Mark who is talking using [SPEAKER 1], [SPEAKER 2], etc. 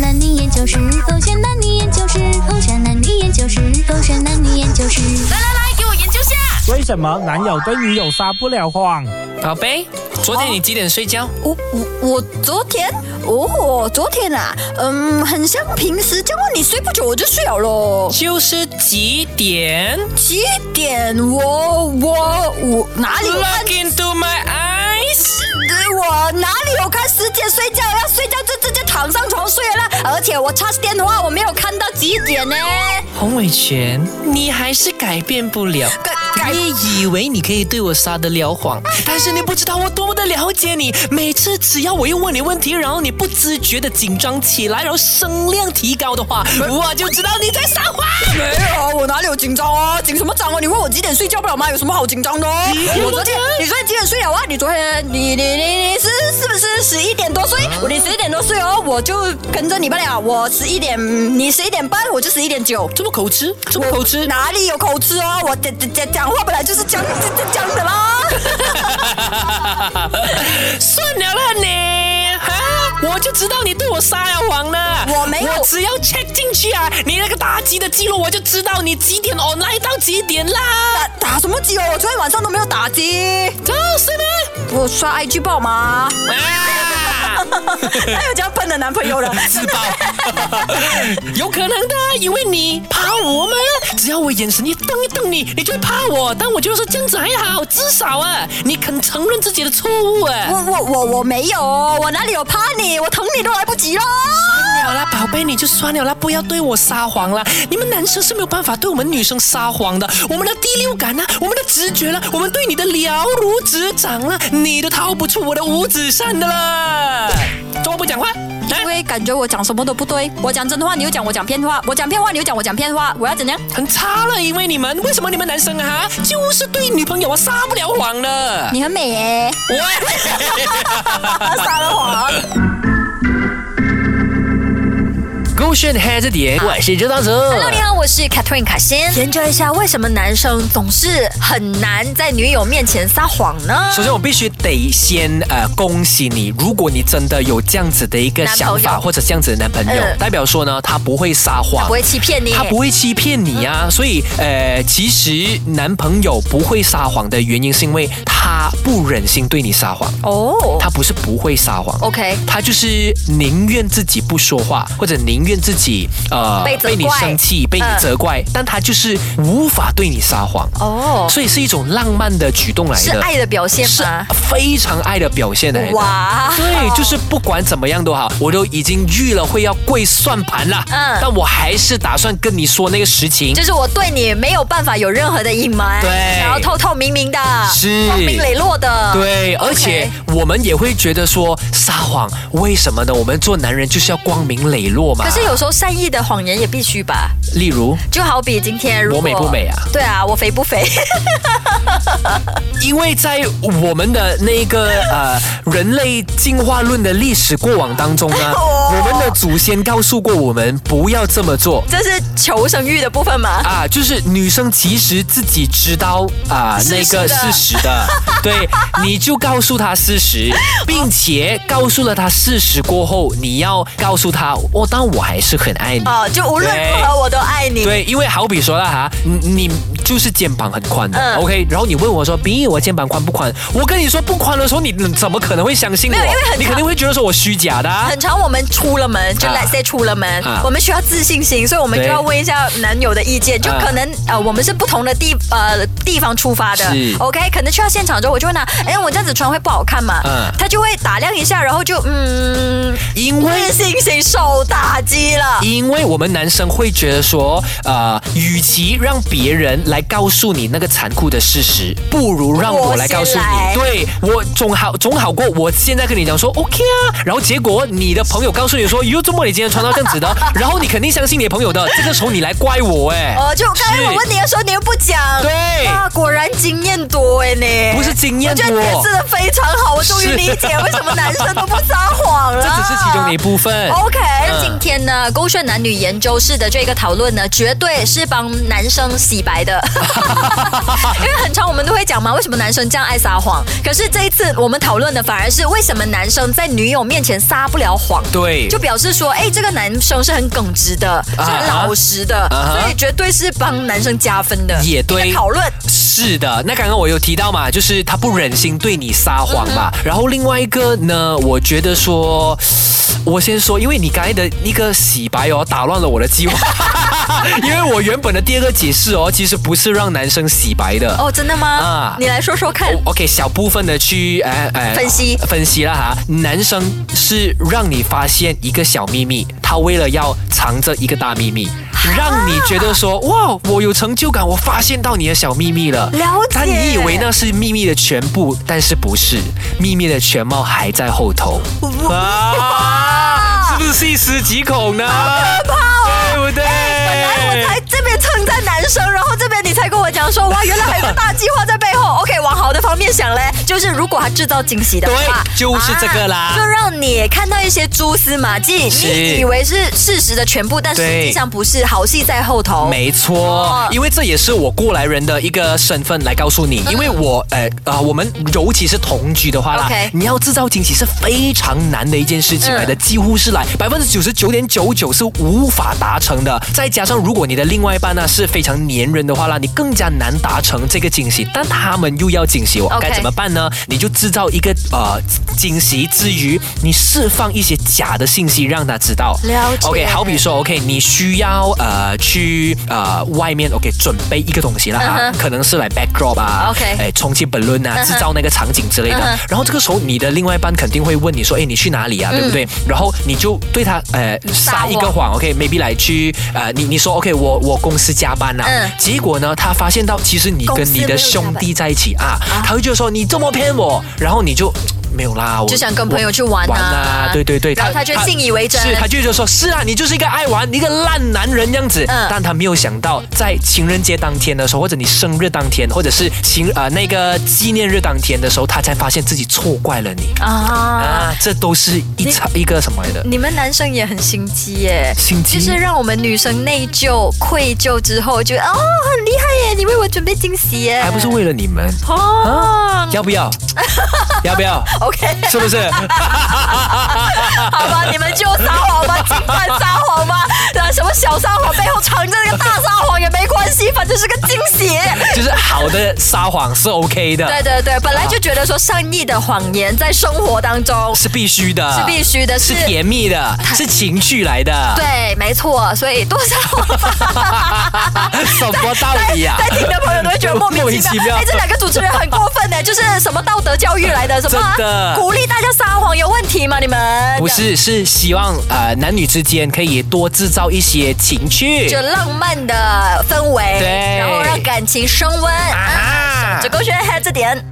[SPEAKER 1] 男女研究室，狗血男女研究室，狗血男女研究室，狗血男女研究室。
[SPEAKER 2] 来来来，给我研究下。
[SPEAKER 3] 为什么男友对女友撒不了谎？
[SPEAKER 4] 宝贝，昨天你几点睡觉？
[SPEAKER 5] 我我我昨天，哦，我昨天啊，嗯，很像平时，结果你睡不久我就睡了咯。
[SPEAKER 4] 哦就是几点
[SPEAKER 5] 几点？我我我哪里有看？
[SPEAKER 4] ？Look into my eyes。
[SPEAKER 5] 我哪里有看时间睡觉了？睡觉就直接躺上床睡了。而且我插电的话，我没有看到几点呢。
[SPEAKER 4] 洪伟全，你还是改变不了。
[SPEAKER 5] 改改
[SPEAKER 4] 你以为你可以对我撒得了谎，但是你不知道我多么的了解你。每次只要我一问你问题，然后你不自觉的紧张起来，然后声量提高的话，我就知道你在撒谎。
[SPEAKER 5] 没有，哎我哪里有紧张啊？紧什么张啊？你问我几点睡觉不了吗？有什么好紧张的？我昨天，你昨天几点睡了啊？你昨天，你你你你是是不是十一点多睡？我你十一点多睡哦，我就跟着你不了。我十一点，你十一点半，我就十一点九。
[SPEAKER 4] 这么口吃，这么口吃。
[SPEAKER 5] 哪里有口吃哦？我讲讲讲讲话本来就是讲讲讲讲的啦。
[SPEAKER 4] 算了啦你，哈，我就知道你对我撒了谎了。
[SPEAKER 5] 我没有
[SPEAKER 4] 我只要 check 进去啊，你那个打击的记录，我就知道你几点 online 到几点啦。
[SPEAKER 5] 打打什么机哦？我昨天晚上都没有打机，
[SPEAKER 4] 就是呢，
[SPEAKER 5] 我刷 IG 爆吗？
[SPEAKER 4] 啊，
[SPEAKER 5] 他有这样笨的男朋友了。
[SPEAKER 4] 自爆，有可能的，因为你怕我吗？只要我眼神一瞪一瞪你，你就会怕我。但我觉得说这样子还好，至少啊，你肯承认自己的错误啊。
[SPEAKER 5] 我我我我没有，哦我哪里有怕你？我疼你都来不及了。
[SPEAKER 4] 算了啦，宝贝，你就算了啦，不要对我撒谎啦。你们男生是没有办法对我们女生撒谎的，我们的第六感呢、我们的直觉啦，我们对你的了如指掌啦，你都逃不出我的五指山的啦。怎么不讲话？啊
[SPEAKER 5] 因为感觉我讲什么都不对，我讲真话你又讲我讲骗话，我讲骗话你又讲我讲骗话，我要怎样？
[SPEAKER 4] 很差了，因为你们为什么你们男生啊，就是对女朋友啊撒不了谎的。
[SPEAKER 5] 你很美耶，
[SPEAKER 4] 我
[SPEAKER 5] 撒了谎。
[SPEAKER 4] 勾选黑着点，我是周当时。
[SPEAKER 6] Hello，你好，我是 Catherine 卡欣。研究一下为什么男生总是很难在女友面前撒谎呢？
[SPEAKER 4] 首先，我必须得先呃恭喜你，如果你真的有这样子的一个
[SPEAKER 6] 男朋
[SPEAKER 4] 想
[SPEAKER 6] 友
[SPEAKER 4] 法或者这样子的男朋友，
[SPEAKER 6] 嗯
[SPEAKER 4] 代表说呢，他不会撒谎，
[SPEAKER 6] 不会嗯欺骗你，
[SPEAKER 4] 他不会欺骗你啊。所以呃，其实男朋友不会撒谎的原因是因为他不忍心对你撒谎，
[SPEAKER 6] 哦。
[SPEAKER 4] 他不是不会撒谎。
[SPEAKER 6] OK，
[SPEAKER 4] 他就是宁愿自己不说话，或者宁愿自己呃
[SPEAKER 6] 被责
[SPEAKER 4] 你
[SPEAKER 6] 怪
[SPEAKER 4] 生气、被你
[SPEAKER 6] 嗯
[SPEAKER 4] 责怪，但他就是无法对你撒谎，
[SPEAKER 6] 哦，
[SPEAKER 4] 所以是一种浪漫的举动来的，
[SPEAKER 6] 是爱的表现
[SPEAKER 4] 是
[SPEAKER 6] 吗？
[SPEAKER 4] 非常爱的表现来的。哎
[SPEAKER 6] 哇，
[SPEAKER 4] 对，就是不管怎么样都好，我都已经预了会要跪算盘了，
[SPEAKER 6] 嗯
[SPEAKER 4] 但我还是打算跟你说那个实情。
[SPEAKER 6] 就是我对你没有办法有任何的隐瞒，
[SPEAKER 4] 对
[SPEAKER 6] 然后透透明明的，
[SPEAKER 4] 是
[SPEAKER 6] 光明磊落的，
[SPEAKER 4] 对，而且我们也会觉得说撒谎，为什么呢？我们做男人就是要光明磊落嘛。
[SPEAKER 6] 可是有时候善意的谎言也必须吧，
[SPEAKER 4] 例如，
[SPEAKER 6] 就好比今天如果
[SPEAKER 4] 我美不美啊？
[SPEAKER 6] 对啊，我肥不肥？
[SPEAKER 4] 因为在我们的那 个呃人类进化论的历史过往当中呢，
[SPEAKER 6] 哦
[SPEAKER 4] 我们的祖先告诉过我们不要这么做。
[SPEAKER 6] 这是求生欲的部分吗？
[SPEAKER 4] 啊，就是女生其实自己知道啊
[SPEAKER 6] 事
[SPEAKER 4] 那
[SPEAKER 6] 实
[SPEAKER 4] 个
[SPEAKER 6] 的
[SPEAKER 4] 事实的，对，你就告诉她事实，并且告诉了她事实过后，你要告诉她，哦，但我还是很爱你。
[SPEAKER 6] 哦，就无论如何我都爱你。
[SPEAKER 4] 啊对，因为好比说啦哈，你你就是肩膀很宽的、
[SPEAKER 6] 嗯
[SPEAKER 4] o k 然后你问我说，B，我肩膀宽不宽？我跟你说不宽的时候，你怎么可能会相信我
[SPEAKER 6] 没有因为？很
[SPEAKER 4] 你肯定会觉得说我虚假的、啊。
[SPEAKER 6] 很常我们出了门，就
[SPEAKER 4] 啊
[SPEAKER 6] let's say 出了门
[SPEAKER 4] 啊，
[SPEAKER 6] 我们需要自信心，所以我们就
[SPEAKER 4] 对
[SPEAKER 6] 要问一下男友的意见。就
[SPEAKER 4] 啊
[SPEAKER 6] 可能呃，我们是不同的地呃地方出发的
[SPEAKER 4] 是
[SPEAKER 6] ，OK，可能去到现场之后，我就问他，哎，我这样子穿会不好看嘛
[SPEAKER 4] 嗯？
[SPEAKER 6] 他就会打量一下，然后就嗯，
[SPEAKER 4] 因为
[SPEAKER 6] 自信心受打击了。
[SPEAKER 4] 因为我们男生会觉得说，呃，与其让别人来告诉你那个残酷的事实，不如让我来告诉
[SPEAKER 6] 我先来
[SPEAKER 4] 你。对我总好总好过我现在跟你讲说 OK 啊，然后结果你的朋友告诉你说，哟，怎么你今天穿到这样子 的？然后你肯定相信你的朋友的，这个时候你来怪我哎。
[SPEAKER 6] 哦，就刚才
[SPEAKER 4] 是
[SPEAKER 6] 我问你的时候，你又不讲。
[SPEAKER 4] 对
[SPEAKER 6] 哇，果然经验多哎你。
[SPEAKER 4] 不是经验
[SPEAKER 6] 我觉得
[SPEAKER 4] 多
[SPEAKER 6] 解释的非常好，我终于
[SPEAKER 4] 是
[SPEAKER 6] 理解为什么男生都不撒谎了。
[SPEAKER 4] 这只是是其中的一部分。
[SPEAKER 6] OK，、
[SPEAKER 4] 嗯
[SPEAKER 6] 今天呢，勾选男女研究室的这个讨论呢，绝对是帮男生洗 白的，因为很常我们都会讲嘛，为什么男生这样爱撒谎？可是这一次我们讨论的反而是为什么男生在女友面前撒不了谎。
[SPEAKER 4] 对，
[SPEAKER 6] 就表示说，哎，这个男生是很耿直的，是很老实的，
[SPEAKER 4] 啊啊哈
[SPEAKER 6] 所以绝对是帮男生加分的。
[SPEAKER 4] 也对
[SPEAKER 6] 一个讨论
[SPEAKER 4] 是的，那刚刚我有提到嘛，就是他不忍心对你撒谎嘛。然后另外一个呢，我觉得说，我先说，因为你刚才的一个洗白哦，打乱了我的计划。 因为我原本的第二个解释哦，其实不是让男生洗白的。
[SPEAKER 6] 哦，真的吗？
[SPEAKER 4] 啊
[SPEAKER 6] 你来说说看。
[SPEAKER 4] O- OK，小部分的去呃呃
[SPEAKER 6] 分析
[SPEAKER 4] 分析了哈，男生是让你发现一个小秘密，他为了要藏着一个大秘密，让你觉得说哇，我有成就感，我发现到你的小秘密了。
[SPEAKER 6] 了解
[SPEAKER 4] 但你以为那是秘密的全部，但是不是，秘密的全貌还在后头。啊，是不是细思极恐呢？对不对？
[SPEAKER 6] 哦哎我才这边称赞男生，然后这边你才跟我讲说，哇，原来还有个大计划在背后。OK，往好的方面想嘞，就是如果他制造惊喜的话，
[SPEAKER 4] 对就是这个啦
[SPEAKER 6] 啊就让你看到一些蛛丝马迹，
[SPEAKER 4] 是
[SPEAKER 6] 你以为是事实的全部，但实
[SPEAKER 4] 对
[SPEAKER 6] 际上不是，好戏在后头。
[SPEAKER 4] 没错
[SPEAKER 6] 哦，
[SPEAKER 4] 因为这也是我过来人的一个身份来告诉你，因为我呃啊、我们尤其是同居的话啦
[SPEAKER 6] 嗯 OK
[SPEAKER 4] 你要制造惊喜是非常难的一件事情
[SPEAKER 6] 嗯
[SPEAKER 4] 来的，几乎是来百分之九十九点九九是无法达成的。再加上如果你的另外一半呢是非常粘人的话啦，你更加难达成这个惊喜，但他们又要惊喜我
[SPEAKER 6] OK
[SPEAKER 4] 该怎么办呢？你就制造一个呃惊喜之余，你释放一些假的信息让他知道。
[SPEAKER 6] 了解
[SPEAKER 4] OK，好比说 OK，你需要呃去呃外面 OK 准备一个东西啦哈
[SPEAKER 6] 嗯
[SPEAKER 4] 可能是来 backdrop 啊
[SPEAKER 6] OK 嗯
[SPEAKER 4] 哎充气 balloon 啊
[SPEAKER 6] 哼
[SPEAKER 4] 制造那个场景之类的。
[SPEAKER 6] 嗯哼嗯
[SPEAKER 4] 然后这个时候你的另外一半肯定会问你说，哎，你去哪里啊？对不对？然后你就对他呃
[SPEAKER 6] 撒
[SPEAKER 4] 撒一个
[SPEAKER 6] 谎
[SPEAKER 4] 谎，OK，maybe 来去呃你你说 OK，我我公司加班啦、
[SPEAKER 6] 嗯
[SPEAKER 4] 结果呢他发现到其实你
[SPEAKER 6] 公
[SPEAKER 4] 跟
[SPEAKER 6] 司
[SPEAKER 4] 你
[SPEAKER 6] 没有
[SPEAKER 4] 的
[SPEAKER 6] 加
[SPEAKER 4] 兄
[SPEAKER 6] 班
[SPEAKER 4] 弟在一起啊，他会觉得说你这么骗我，然后你就。没有啦，我
[SPEAKER 6] 就想跟朋友去玩啊
[SPEAKER 4] 玩啊，对对对，
[SPEAKER 6] 然后他就信以为真
[SPEAKER 4] 是他就觉得说，是啊，你就是一个爱玩、你一个烂男人样子。
[SPEAKER 6] 嗯
[SPEAKER 4] 但他没有想到，在情人节当天的时候，或者你生日当天，或者是情呃那个纪念日当天的时候，他才发现自己错怪了你
[SPEAKER 6] 啊，
[SPEAKER 4] 啊，这都是一场一个什么来的？
[SPEAKER 6] 你们男生也很心机耶。
[SPEAKER 4] 心机
[SPEAKER 6] 就是让我们女生内疚、愧疚之后，就哦，很厉害耶！你为我准备惊喜耶，
[SPEAKER 4] 还不是啊为了你们，
[SPEAKER 6] 哦
[SPEAKER 4] 要不 要？要不要？
[SPEAKER 6] ？OK，
[SPEAKER 4] 是不是？
[SPEAKER 6] 好吧，你们就撒谎吧，尽管撒谎吧，那什么小撒谎背后藏着那个大撒谎也没关系，反正是个惊喜。
[SPEAKER 4] 就是好的撒谎是 OK 的，
[SPEAKER 6] 对对对，本来就觉得说善意的谎言在生活当中
[SPEAKER 4] 是必须的，
[SPEAKER 6] 是必须的，是
[SPEAKER 4] 是甜蜜的，是情趣来的。
[SPEAKER 6] 对，没错，所以多撒谎 吧。
[SPEAKER 4] 什么道理啊？
[SPEAKER 6] 在听的朋友都会觉得莫名
[SPEAKER 4] 莫名
[SPEAKER 6] 其
[SPEAKER 4] 其
[SPEAKER 6] 妙。
[SPEAKER 4] 妙
[SPEAKER 6] 哎，这两个主持人很过分呢，就是什么道德教育来的，什么啊
[SPEAKER 4] 真的
[SPEAKER 6] 鼓励大家撒谎有问题吗？你们
[SPEAKER 4] 不是，是希望呃男女之间可以多制造一些情趣。
[SPEAKER 6] 就浪漫的氛围，
[SPEAKER 4] 对
[SPEAKER 6] 然后让感情升温。
[SPEAKER 4] 啊
[SPEAKER 6] 啊，九勾选 h 这点。